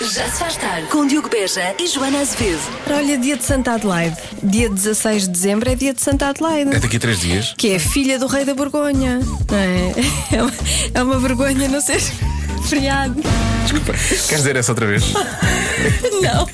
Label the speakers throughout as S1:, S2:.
S1: Já se faz tarde com Diogo Beja e Joana Azevedo.
S2: Olha, dia de Santa Adelaide. Dia 16 de dezembro é dia de Santa
S3: É
S2: Adelaide.
S3: daqui a três dias.
S2: Que é filha do rei da Borgonha. não É, é, uma, é uma vergonha não ser feriado.
S3: Desculpa. Queres dizer essa outra vez?
S2: Não.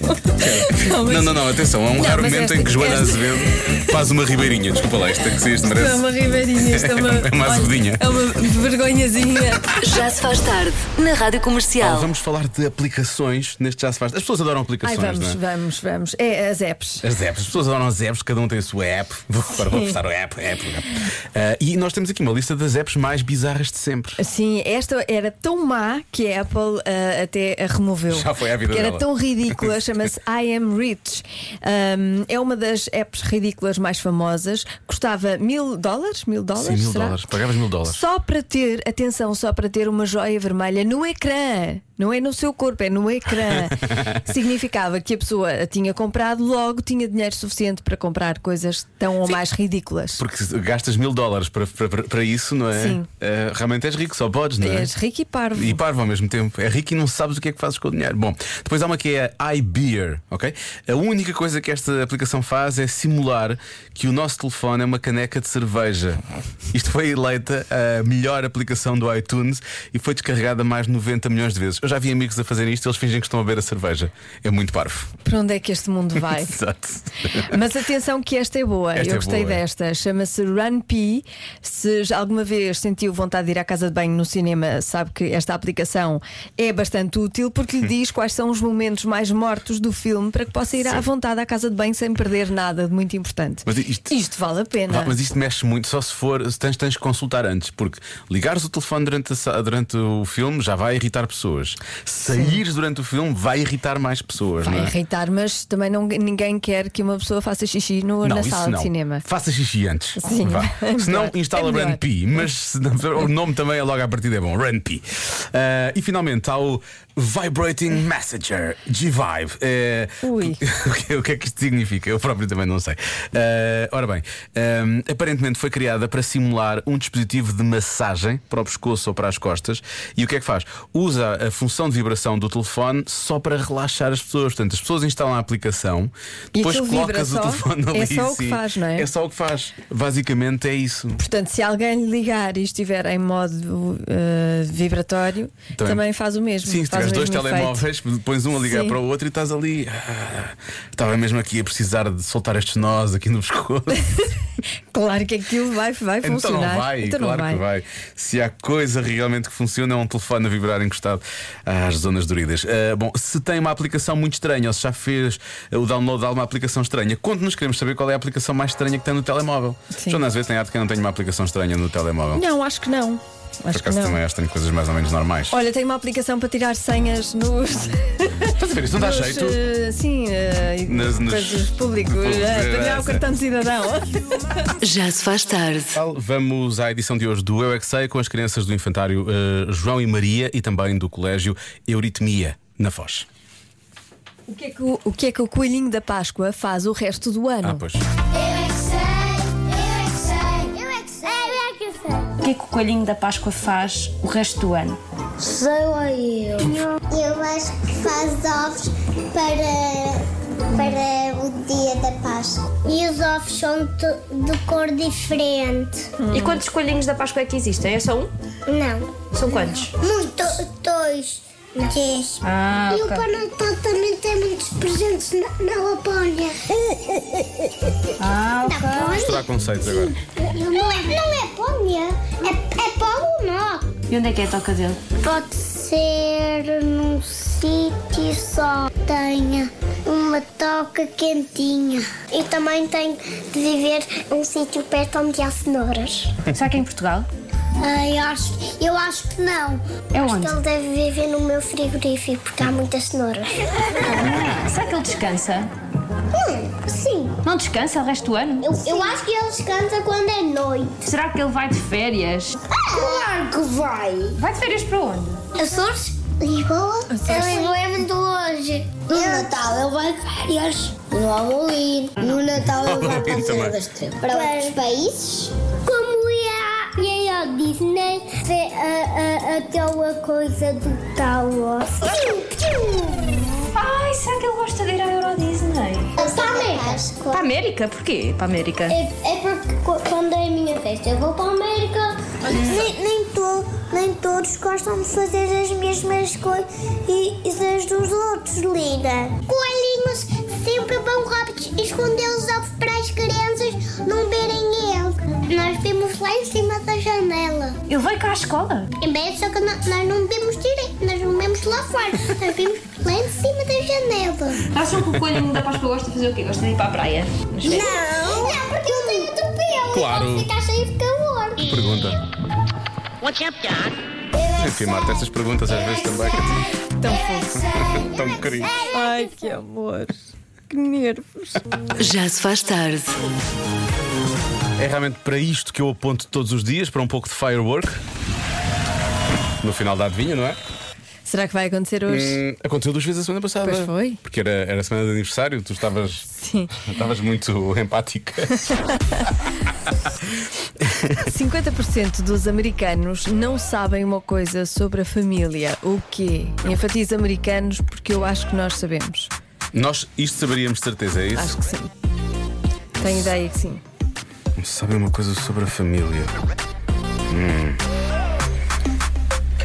S2: Não, mas
S3: Não, não, não, atenção. Há um raro
S2: mas
S3: momento
S2: esta-
S3: em que Joana
S2: esta-
S3: Azevedo faz uma ribeirinha. Desculpa lá, isto é que se isto
S2: isto é
S3: merece.
S2: uma ribeirinha, isto é uma.
S3: É uma
S2: olha,
S3: azedinha.
S2: É uma vergonhazinha.
S1: Já se faz tarde na Rádio Comercial.
S3: Ah, Vamos falar de aplicações. Neste já se faz. As pessoas adoram
S4: Ai,
S3: aplicações,
S4: vamos,
S3: não é?
S4: vamos, vamos. É as apps.
S3: As apps, as pessoas adoram as apps, cada um tem a sua app. Vou, agora vou postar o app, app, app. Ah, e nós temos aqui uma lista das apps mais bizarras de sempre.
S4: Sim, esta era tão má que a Apple ah, até a removeu.
S3: Já foi à vida
S4: Que era
S3: dela.
S4: tão ridícula, chama-se I Am Rich. Ahm, é uma das apps ridículas mais famosas. Custava mil dólares? Mil dólares?
S3: Sim, mil
S4: será?
S3: dólares. Pagavas mil dólares.
S4: Só para ter, atenção, só para ter uma joia vermelha no ecrã. Não é no seu corpo, é no ecrã. Significava que a pessoa a tinha comprado, logo tinha dinheiro suficiente para comprar coisas tão ou mais ridículas.
S3: Porque se gastas mil dólares para, para, para- para isso, não é?
S4: Sim.
S3: Ah, realmente és rico, só podes, não é?
S4: És rico e parvo.
S3: E parvo ao mesmo tempo. É rico e não sabes o que é que fazes com o dinheiro. Bom, depois há uma que é a iBeer, ok? A única coisa que esta aplicação faz é simular que o nosso telefone é uma caneca de cerveja. Isto foi eleita a melhor aplicação do iTunes e foi descarregada mais de 90 milhões de vezes. Eu já vi amigos a fazer isto, eles fingem que estão a beber a cerveja. É muito parvo.
S4: Para onde é que este mundo vai?
S3: Exato.
S4: Mas atenção que esta é boa,
S3: Esta
S4: eu
S3: é
S4: gostei
S3: boa.
S4: desta. Chama-se Run P. Se já alguma vez sentiu vontade de ir à casa de banho no cinema, sabe que esta aplicação é bastante útil porque lhe diz quais são os momentos mais mortos do filme para que possa ir à vontade à casa de banho sem perder nada de muito importante.
S3: Mas isto-
S4: vale a pena.
S3: Vá, Mas isto mexe muito, só se for, se tens, tens que consultar antes, porque ligares o telefone durante, a sa- durante o filme já vai irritar pessoas. Saíres durante o filme vai irritar mais pessoas,
S4: Vai
S3: não é?
S4: irritar, mas também não, ninguém quer que uma pessoa faça xixi no-
S3: Não,
S4: na
S3: isso
S4: sala
S3: não.
S4: de cinema.
S3: Faça xixi antes.
S4: Sim.
S3: Vá.
S4: É
S3: Se não,
S4: melhor.
S3: instala
S4: É melhor.
S3: Run P, mas se não- o nome também é logo à partida é bom, Run P. Ah, e finalmente há o Vibrating Messenger, G-Vibe. Eh,
S4: Ui.
S3: o que- o que é que isto significa? Eu próprio também não sei. Ah, ora bem, ahm, aparentemente foi criada para simular um dispositivo de massagem para o pescoço ou para as costas. E o que é que faz? Usa a função de vibração do telefone só para relaxar as pessoas. Portanto, as pessoas instalam a aplicação,
S4: E
S3: depois
S4: aquilo vibra
S3: colocas o
S4: só?
S3: telefone ali.
S4: É só o que
S3: sim.
S4: faz, não é? Hum,
S3: É só o que faz. Basicamente é isso.
S4: Portanto, se alguém lhe ligar e estiver em modo uh, vibratório,
S3: Também.
S4: também, faz o mesmo.
S3: Sim, se
S4: faz
S3: tiveres
S4: o
S3: dois
S4: mesmo efeito.
S3: telemóveis, pões um a ligar
S4: Sim.
S3: para o outro e estás ali. "Ah, Estava mesmo aqui a precisar de soltar estes nós aqui no pescoço.
S4: Claro que aquilo vai, vai
S3: então
S4: funcionar.
S3: não vai,
S4: Então não
S3: claro que vai. Se há coisa realmente que funciona, é um telefone a vibrar encostado às zonas duridas. Ah, bom, se tem uma aplicação muito estranha ou se já fez o download de alguma aplicação estranha, conte-nos, queremos saber qual é a aplicação mais estranha que tem no telemóvel.
S4: Sim.
S3: Joana, às vezes tem arte que eu não tenho uma aplicação estranha no telemóvel.
S4: Não, acho que não.
S3: Por
S4: Acho que
S3: acaso
S4: não.
S3: também acho que tenho coisas mais ou menos normais.
S4: Olha, tem uma aplicação para tirar senhas nos.
S3: Estás a ver, isso não dá
S4: nos,
S3: jeito.
S4: eh, sim, eh,
S3: Nas- é, nos-
S4: coisas públicos.
S3: públicos,
S4: eh,
S3: era
S4: para tirar o
S3: essa.
S4: cartão de cidadão.
S1: Já se faz tarde.
S3: Tal, Vamos à edição de hoje do Eu é Que Sei, com as crianças do infantário eh, João e Maria e também do colégio Euritmia, na Foz.
S4: o, que é que o, o que é que o coelhinho da Páscoa faz o resto do ano?
S3: Ah, pois.
S5: Eu é que sei, eu é que sei, eu é que sei, eu é que sei.
S6: O que é que o coelhinho da Páscoa faz o resto do ano?
S5: Sei lá eu. Eu acho que faz ovos para, para o dia da Páscoa. E os ovos são de, de cor diferente.
S7: E quantos coelhinhos da Páscoa é que existem? É só um?
S5: Não.
S7: São quantos?
S5: Muito, dois, dez.
S6: Ah,
S5: E o Pai Natal também tem muitos presentes na, na Lapónia.
S6: Ah,
S3: Será conceitos agora?
S5: Não é, não é Pónia, é, é Polo Norte.
S6: E onde é que é a toca dele?
S5: Pode ser num sítio só tenha uma toca quentinha. E também tem de viver num sítio perto onde há cenouras.
S6: Será que é em Portugal?
S5: eu, acho, eu acho que não.
S6: É
S5: acho
S6: onde?
S5: que ele deve viver no meu frigorífico porque há muitas cenouras.
S6: Será que ele descansa?
S5: Hum, sim.
S6: Não descansa o resto do ano?
S5: Eu, eu acho que eles cantam quando é noite.
S6: Será que ele vai de férias?
S5: Claro que vai.
S6: Vai de férias para onde?
S5: Açores? Lisboa? Lisboa é muito longe. No Natal ele vai férias. No Halloween. No Natal ele vai
S3: Halloween
S5: Serra
S3: também.
S5: da Estrela. Para outros países? Como é ia, ia ao Disney eh, ver a, a, aquela coisa do Star Wars. Tá
S7: América? Porquê para a América?
S5: É, é porque qu- quando é a minha festa eu vou para a América.
S8: Nem, nem, to- nem todos gostam de fazer as mesmas coisas dos outros, linda.
S5: Coelhinhos sempre vão rápidos esconder os ovos para as crianças não verem ele. Nós vimos lá em cima da janela.
S6: Ele veio cá à escola.
S5: Em breve, só que no- nós não vimos direito, nós não vimos lá fora, nós vimos lá em cima da janela.
S6: Acham que o coelho da Páscoa gosta de fazer o quê? Gosta de ir para a praia? Nos férias?
S5: Não, não, porque eu tenho muito pelo.
S3: Claro.
S5: Então fica cheio de calor.
S3: Pergunta. Enfim, Marta, estas perguntas às vezes também.
S5: Tão fofo.
S3: Tão querido.
S4: Ai, que amor. Que nervos.
S1: Já se faz tarde.
S3: É realmente para isto que eu aponto todos os dias para um pouco de firework. No final da adivinha, não é?
S4: Será que vai acontecer hoje?
S3: Hum, aconteceu duas vezes a semana passada.
S4: Pois foi.
S3: Porque era, era a semana de aniversário, tu estavas,
S4: Sim.
S3: estavas muito empática.
S4: 50% dos americanos não sabem uma coisa sobre a família. O quê? Enfatizo americanos porque eu acho que nós sabemos.
S3: Nós isto saberíamos de certeza, é isso?
S4: Acho que sim. Tenho ideia que sim.
S3: Sabem uma coisa sobre a família? Hum.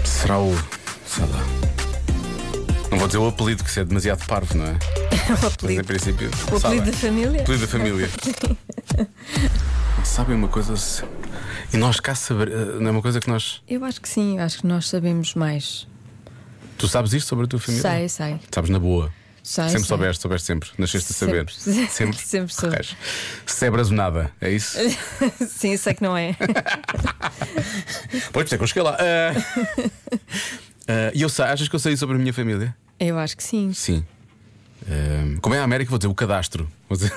S3: Será o. sei lá. Não vou dizer o apelido, que isso é demasiado parvo, não é?
S4: O
S3: Mas em
S4: um apelido.
S3: princípio.
S4: O
S3: sabem.
S4: apelido da família?
S3: Apelido da família. Sabem uma coisa. se- E nós cá saber. Não é uma coisa que nós.
S4: Eu acho que sim, eu acho que nós sabemos mais.
S3: Tu sabes isto sobre a tua família?
S4: Sei, sei.
S3: Sabes na boa.
S4: Sei,
S3: sempre
S4: sei.
S3: soubeste, soubeste sempre. Nasceste a saber.
S4: Sempre.
S3: Sempre.
S4: Sempre soube.
S3: Raios. Cebras do nada, é isso?
S4: sim, sei que não é.
S3: Pois, por isso é que eu cheguei lá. Ah, ah, E eu sei, achas que eu sei sobre a minha família?
S4: Eu acho que sim.
S3: Sim. Ah, como é a América, vou dizer o cadastro. Vou dizer.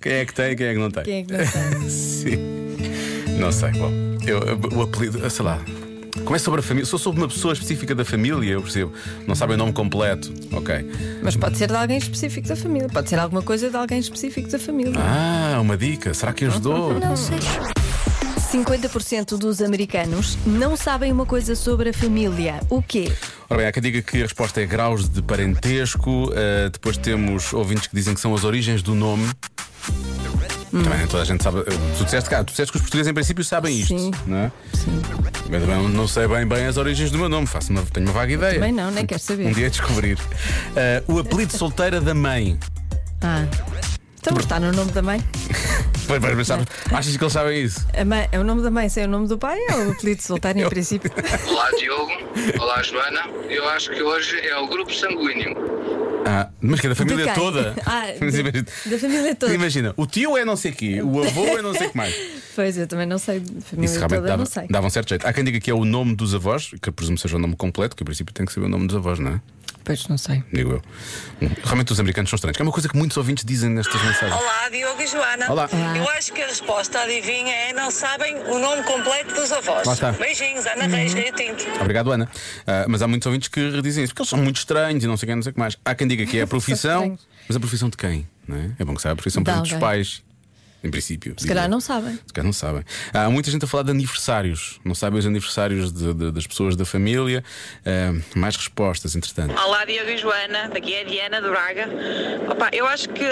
S3: Quem é que tem, quem é que não tem?
S4: Quem é que não sabe?
S3: Sim. Não sei. Bom, eu, eu- o apelido, sei lá. Como é sobre a família? Sou sobre uma pessoa específica da família, eu percebo. Não sabem o nome completo. Ok.
S4: Mas pode ser de alguém específico da família. Pode ser alguma coisa de alguém específico da família.
S3: Ah, uma dica. Será que ajudou? Ah.
S4: 50% dos americanos não sabem uma coisa sobre a família. O quê?
S3: Ora bem, há quem diga que a resposta é graus de parentesco. Ah, depois temos ouvintes que dizem que são as origens do nome.
S4: Hum.
S3: Também nem toda a gente sabe. eh, Tu disseste, cá, tu disseste que os portugueses, em princípio, sabem isto,
S4: Sim.
S3: não é? Sim. Mas também não sei bem, bem as origens do meu nome. Faço uma, tenho uma vaga ideia.
S4: Bem, não, nem quero
S3: Um
S4: saber.
S3: dia a descobrir. Ah, o apelido de solteira da mãe.
S4: Ah. Então está no nome da mãe?
S3: Pois, pois, mas sabes, achas que eles sabem isso?
S4: A mãe- É o nome da mãe sem o nome do pai? É o apelido de soltar em princípio.
S9: Olá Diogo, olá Joana. Eu acho que hoje é o grupo sanguíneo.
S3: Ah, mas que é da família
S4: De quem?
S3: toda?
S4: Ah,
S3: Mas
S4: de-
S3: imagina-
S4: da família toda.
S3: Imagina, o tio é não sei quê, o avô é não sei o que mais.
S4: Pois, eu também não sei. de
S3: Isso
S4: Família
S3: realmente
S4: toda,
S3: dava,
S4: não sei.
S3: dava um certo jeito. Há quem diga que é o nome dos avós, que presumo seja o nome completo, que em princípio tem que saber o nome dos avós, não é?
S4: Pois, não sei.
S3: Digo eu. Realmente os americanos são estranhos, que é uma coisa que muitos ouvintes dizem nestas mensagens.
S10: Olá, Diogo e Joana.
S3: Olá. Olá.
S10: Eu acho que a resposta adivinha é não sabem o nome completo dos avós.
S3: Lá está. Uhum.
S10: Beijinhos, Ana Reis, Rio Tinto.
S3: Obrigado, Ana. Ah, mas há muitos ouvintes que dizem isso, porque eles são muito estranhos e não sei o que, não sei o que mais. Há quem diga que é a profissão,
S4: estranhos.
S3: mas a profissão de quem? Não é? é bom que saiba a profissão por
S4: De
S3: exemplo, dos
S4: alguém.
S3: pais, em princípio.
S4: Se calhar não sabem.
S3: Se calhar não sabem. Há muita gente a falar de aniversários, não sabem os aniversários de- de- das pessoas da família. Ah, mais respostas, entretanto.
S10: Olá, Diogo e Joana. Daqui é a Diana Duraga. Opa, eu acho que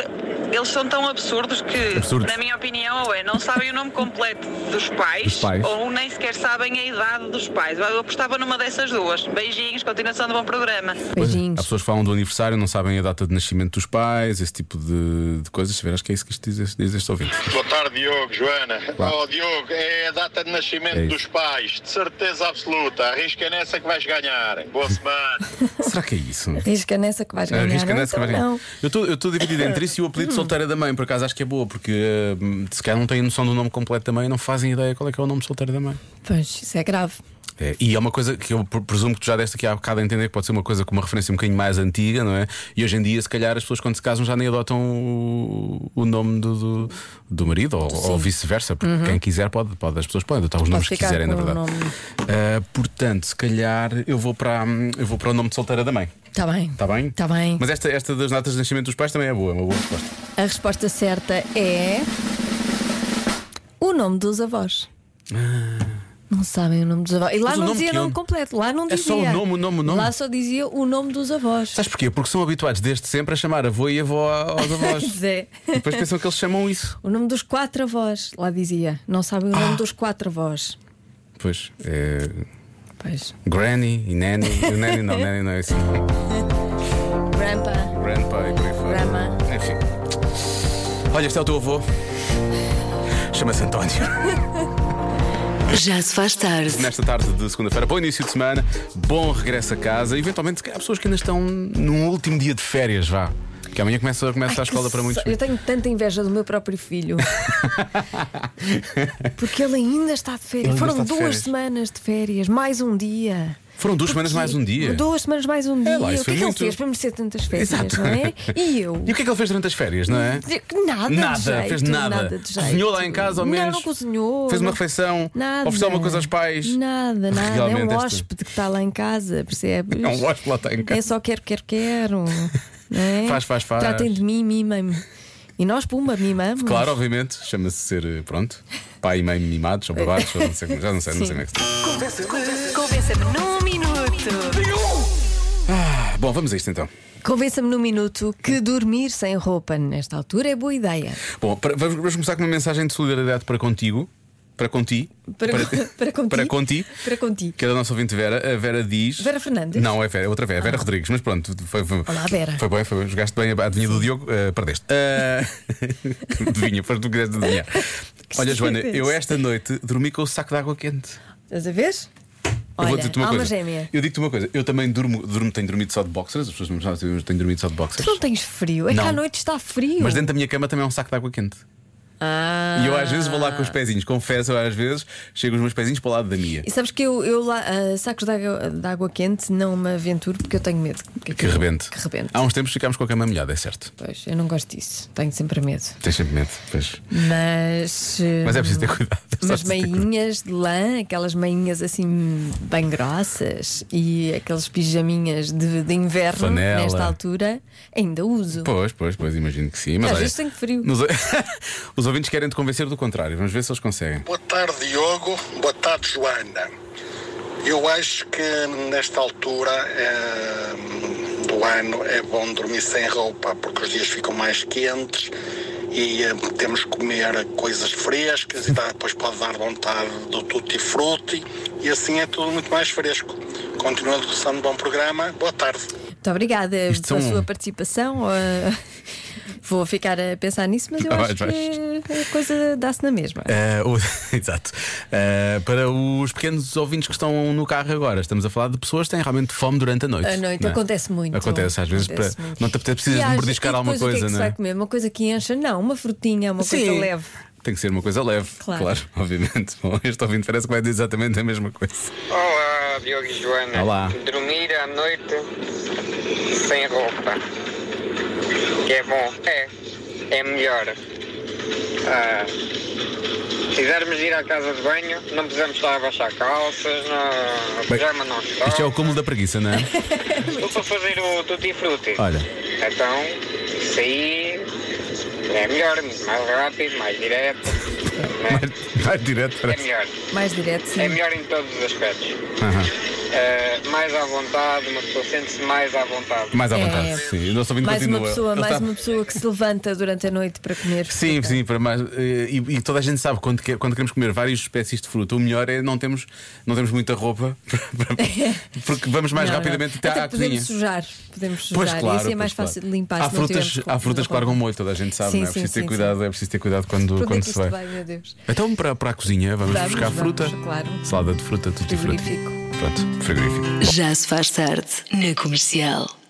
S10: eles são tão absurdos que,
S3: Absurdos.
S10: na minha opinião, ou é, não sabem o nome completo dos pais,
S3: Dos pais.
S10: ou nem sequer sabem a idade dos pais. Eu apostava numa dessas duas. Beijinhos, continuação de bom programa.
S4: Beijinhos.
S3: Há pessoas que falam do aniversário, não sabem a data de nascimento dos pais, esse tipo de, de coisas. Se ver, Acho que é isso que isto diz, diz este ouvinte.
S11: Boa tarde, Diogo, Joana.
S3: Olá.
S11: Oh, Diogo, é a data de nascimento
S3: É isso.
S11: dos pais, de certeza absoluta. Arrisca nessa que vais ganhar. Boa semana.
S3: Será que é isso?
S4: Arrisca nessa que vais ganhar.
S3: Arrisca
S4: não?
S3: É, nessa
S4: Então
S3: que vai ganhar.
S4: não. Hum.
S3: Eu estou- Eu estou dividido entre isso e o apelido de solteira da mãe, por acaso acho que é boa, porque eh, se calhar não têm noção do nome completo da mãe e não fazem ideia qual é que é o nome de solteira da mãe.
S4: Pois, isso é grave.
S3: É, e é uma coisa que eu pre- presumo que tu já deste aqui há bocado a entender que pode ser uma coisa com uma referência um bocadinho mais antiga, não é? E hoje em dia, se calhar, as pessoas quando se casam já nem adotam o, o nome do, do, do marido ou, ou vice-versa, porque quem quiser pode, pode, as pessoas podem adotar os nomes que
S4: Uhum. ficar
S3: quiserem, na
S4: com o
S3: verdade.
S4: nome.
S3: Ah, portanto, se calhar eu vou para, hum, eu vou para o nome de solteira da mãe,
S4: Está Tá bem.
S3: está bem?
S4: Está bem.
S3: Mas esta, esta das datas de nascimento dos pais também é boa, é uma boa resposta.
S4: A resposta certa é. O nome dos avós. Não sabem o nome dos avós. E lá
S3: Ah. Mas o
S4: não
S3: nome
S4: dizia
S3: que eu-
S4: nome completo, lá não
S3: É
S4: dizia.
S3: só o nome, o nome, o nome. Tá.
S4: Lá só dizia o nome dos avós.
S3: Sabes porquê? Porque são habituados desde sempre a chamar avô e avó aos avós.
S4: Pois é.
S3: E Depois pensam que eles chamam isso.
S4: O nome dos quatro avós, lá dizia. Não sabem o
S3: Ah.
S4: nome dos quatro avós.
S3: Pois. É...
S4: Pois.
S3: Granny e Nanny. E o Nanny não, Nanny não é assim.
S4: Grandpa.
S3: Grandpa e por aí fora.
S4: Grandma.
S3: Enfim. Olha, este é o teu avô. Chama-se António.
S1: Já se faz tarde.
S3: Nesta tarde de segunda-feira, bom início de semana, bom regresso a casa. Eventualmente, se calhar, há pessoas que ainda estão num último dia de férias, vá. Que amanhã começa, começa
S4: Ai,
S3: a escola
S4: que
S3: para muitos.
S4: so- Eu tenho tanta inveja do meu próprio filho. Porque ele ainda está de
S3: Ele
S4: férias.
S3: ainda
S4: Foram
S3: está de
S4: duas
S3: férias.
S4: semanas de férias, mais um dia.
S3: Foram duas semanas
S4: Porquê?
S3: mais um dia.
S4: Duas semanas mais um dia.
S3: É lá, isso
S4: o que é que
S3: foi
S4: ele
S3: muito.
S4: fez para merecer tantas férias,
S3: Exato.
S4: não é? E eu?
S3: E o que é que ele fez durante as férias, não é?
S4: Nada, de
S3: Nada,
S4: jeito,
S3: fez nada.
S4: de
S3: Cozinhou
S4: jeito.
S3: lá em casa, ao
S4: Não,
S3: menos.
S4: Não cozinhou.
S3: Fez uma
S4: não-
S3: refeição,
S4: Nada.
S3: ofereceu alguma coisa aos pais.
S4: Nada, nada. é um
S3: Realmente esta-
S4: hóspede que está lá em casa, percebes?
S3: É um hóspede lá está em casa.
S4: É só quero, quero, quero. não é?
S3: Faz, faz, faz.
S4: Tratem de mim, mimem-me. E nós, pumba, mimamos.
S3: Claro, obviamente, chama-se ser, eh, pronto, pai e mãe mimados ou babados, ou não sei como- já não sei, não sei como é que se diz.
S1: Convença-me num minuto.
S3: Ah, Bom, vamos a isto então.
S4: Convença-me num minuto que dormir sem roupa nesta altura é boa ideia.
S3: Bom, para- vamos, vamos começar com uma mensagem de solidariedade para contigo. Para conti.
S4: Para- para conti.
S3: Para conti.
S4: Para contigo.
S3: Que é da nossa ouvinte Vera. A Vera diz.
S4: Vera Fernandes? Ah.
S3: Não, é Vera, é outra Vera, é Vera Rodrigues. Mas pronto, foi, foi,
S4: Olá, Vera.
S3: Foi bem, foi bem. Jogaste bem a adivinha do Diogo, eh, perdeste. Uh, adivinha, foste tu que quiseste adivinhar. Olha, Joana, eu esta noite dormi com o saco de água quente.
S4: Estás a ver?
S3: Eu
S4: Olha,
S3: vou dizer-te uma
S4: alma
S3: coisa.
S4: gêmea.
S3: Eu digo-te uma coisa. Eu também durmo, durmo, tenho dormido só de boxers. As pessoas não sabem, eu tenho dormido só de
S4: Tu
S3: boxers.
S4: não tens frio, é
S3: Não.
S4: que à noite está frio.
S3: Mas dentro da minha cama também é um saco de água quente.
S4: Ah.
S3: E eu às vezes vou lá com os pezinhos, confesso, eu às vezes chego os meus pezinhos para o lado da minha.
S4: E sabes que eu, eu lá, ah, sacos de água, de água quente não me aventuro porque eu tenho medo. Que,
S3: Que rebente.
S4: Que rebente.
S3: Há uns tempos ficámos com a cama molhada, é certo.
S4: Pois, eu não gosto disso. Tenho sempre medo.
S3: Tens sempre medo, pois.
S4: Mas. eh,
S3: Mas é preciso ter cuidado. é
S4: Mas
S3: preciso ter cuidado.
S4: meinhas de lã, aquelas meinhas assim bem grossas e aqueles pijaminhas de, de inverno
S3: Flanela.
S4: nesta altura, ainda uso.
S3: Pois, pois, pois, imagino que sim. Mas
S4: Às
S3: olha,
S4: vezes tenho frio.
S3: nos- Os ouvintes querem te convencer do contrário. Vamos ver se eles conseguem.
S11: Boa tarde, Diogo. Boa tarde, Joana. Eu acho que nesta altura eh, do ano é bom dormir sem roupa, porque os dias ficam mais quentes e eh, temos que comer coisas frescas e dá- depois pode dar vontade do tutti frutti e assim é tudo muito mais fresco. Continua sendo um bom programa. Boa tarde.
S4: Muito obrigada
S3: Isto
S4: pela
S3: são- um
S4: sua participação. ah, Vou ficar a pensar nisso, mas eu
S3: Vais,
S4: acho que
S3: vais.
S4: a coisa dá-se na mesma.
S3: Ah, o- Exato. Ah, para os pequenos ouvintes que estão no carro agora, estamos a falar de pessoas que têm realmente fome durante a noite.
S4: À noite
S3: não é?
S4: acontece muito.
S3: Acontece, às vezes,
S4: Acontece
S3: para-
S4: muito.
S3: não te apetece, precisas
S4: E
S3: de um
S4: às-
S3: mordiscar
S4: e
S3: alguma
S4: depois o que é
S3: coisa,
S4: que
S3: não
S4: se
S3: é?
S4: vai comer? Uma coisa que encha? Não, uma frutinha, uma coisa leve.
S3: Tem que ser uma coisa leve,
S4: Claro.
S3: claro, obviamente. Bom, este ouvinte parece que vai dizer exatamente a mesma coisa.
S9: Olá, Diogo e Joana.
S3: Olá.
S9: Dormir à noite sem roupa. Que é bom. É. É melhor. Ah, se quisermos ir à casa de banho, não precisamos estar a baixar calças, não, o
S3: Bem,
S9: pijama não se
S3: Este é o
S9: toca.
S3: cúmulo da preguiça, não é?
S9: Estou para fazer o tutti frutti.
S3: Olha.
S9: Então, isso aí é melhor, muito mais rápido, mais direto. né?
S3: Vai, vai direto para.
S9: É melhor.
S4: Mais direto, sim.
S9: É melhor em todos os aspectos.
S3: Aham.
S9: Uh, mais à vontade, uma pessoa sente-se mais à vontade.
S3: Mais à
S4: É.
S3: vontade, sim. O nosso ouvinte
S4: mais
S3: continua.
S4: uma pessoa,
S3: Ele
S4: mais
S3: está-
S4: uma pessoa que se levanta durante a noite para comer.
S3: Sim, sim, para mais. eh, E, e toda a gente sabe quando, que- quando queremos comer várias espécies de fruta, o melhor é não termos, não termos muita roupa, para- porque vamos mais
S4: Não, não.
S3: rapidamente até,
S4: Até
S3: à
S4: podemos
S3: cozinha.
S4: sujar, podemos sujar.
S3: Pois claro,
S4: e assim é mais
S3: pois
S4: fácil
S3: claro.
S4: de limpar.
S3: Há
S4: se não
S3: frutas,
S4: tivermos com-
S3: há frutas que
S4: com-
S3: largam molho, toda a gente sabe,
S4: Sim,
S3: não é? É
S4: sim,
S3: preciso ter
S4: sim,
S3: cuidado, é preciso ter cuidado quando,
S4: Para onde é
S3: quando
S4: que
S3: se
S4: isto
S3: vai.
S4: vai, meu Deus?
S3: Então para, para a cozinha, vamos,
S4: Vamos,
S3: buscar
S4: vamos,
S3: fruta.
S4: claro.
S3: Salada de fruta, tutti frutti.
S4: Frigorífico.
S3: Pronto, frigorífico.
S1: Já se faz tarde na comercial.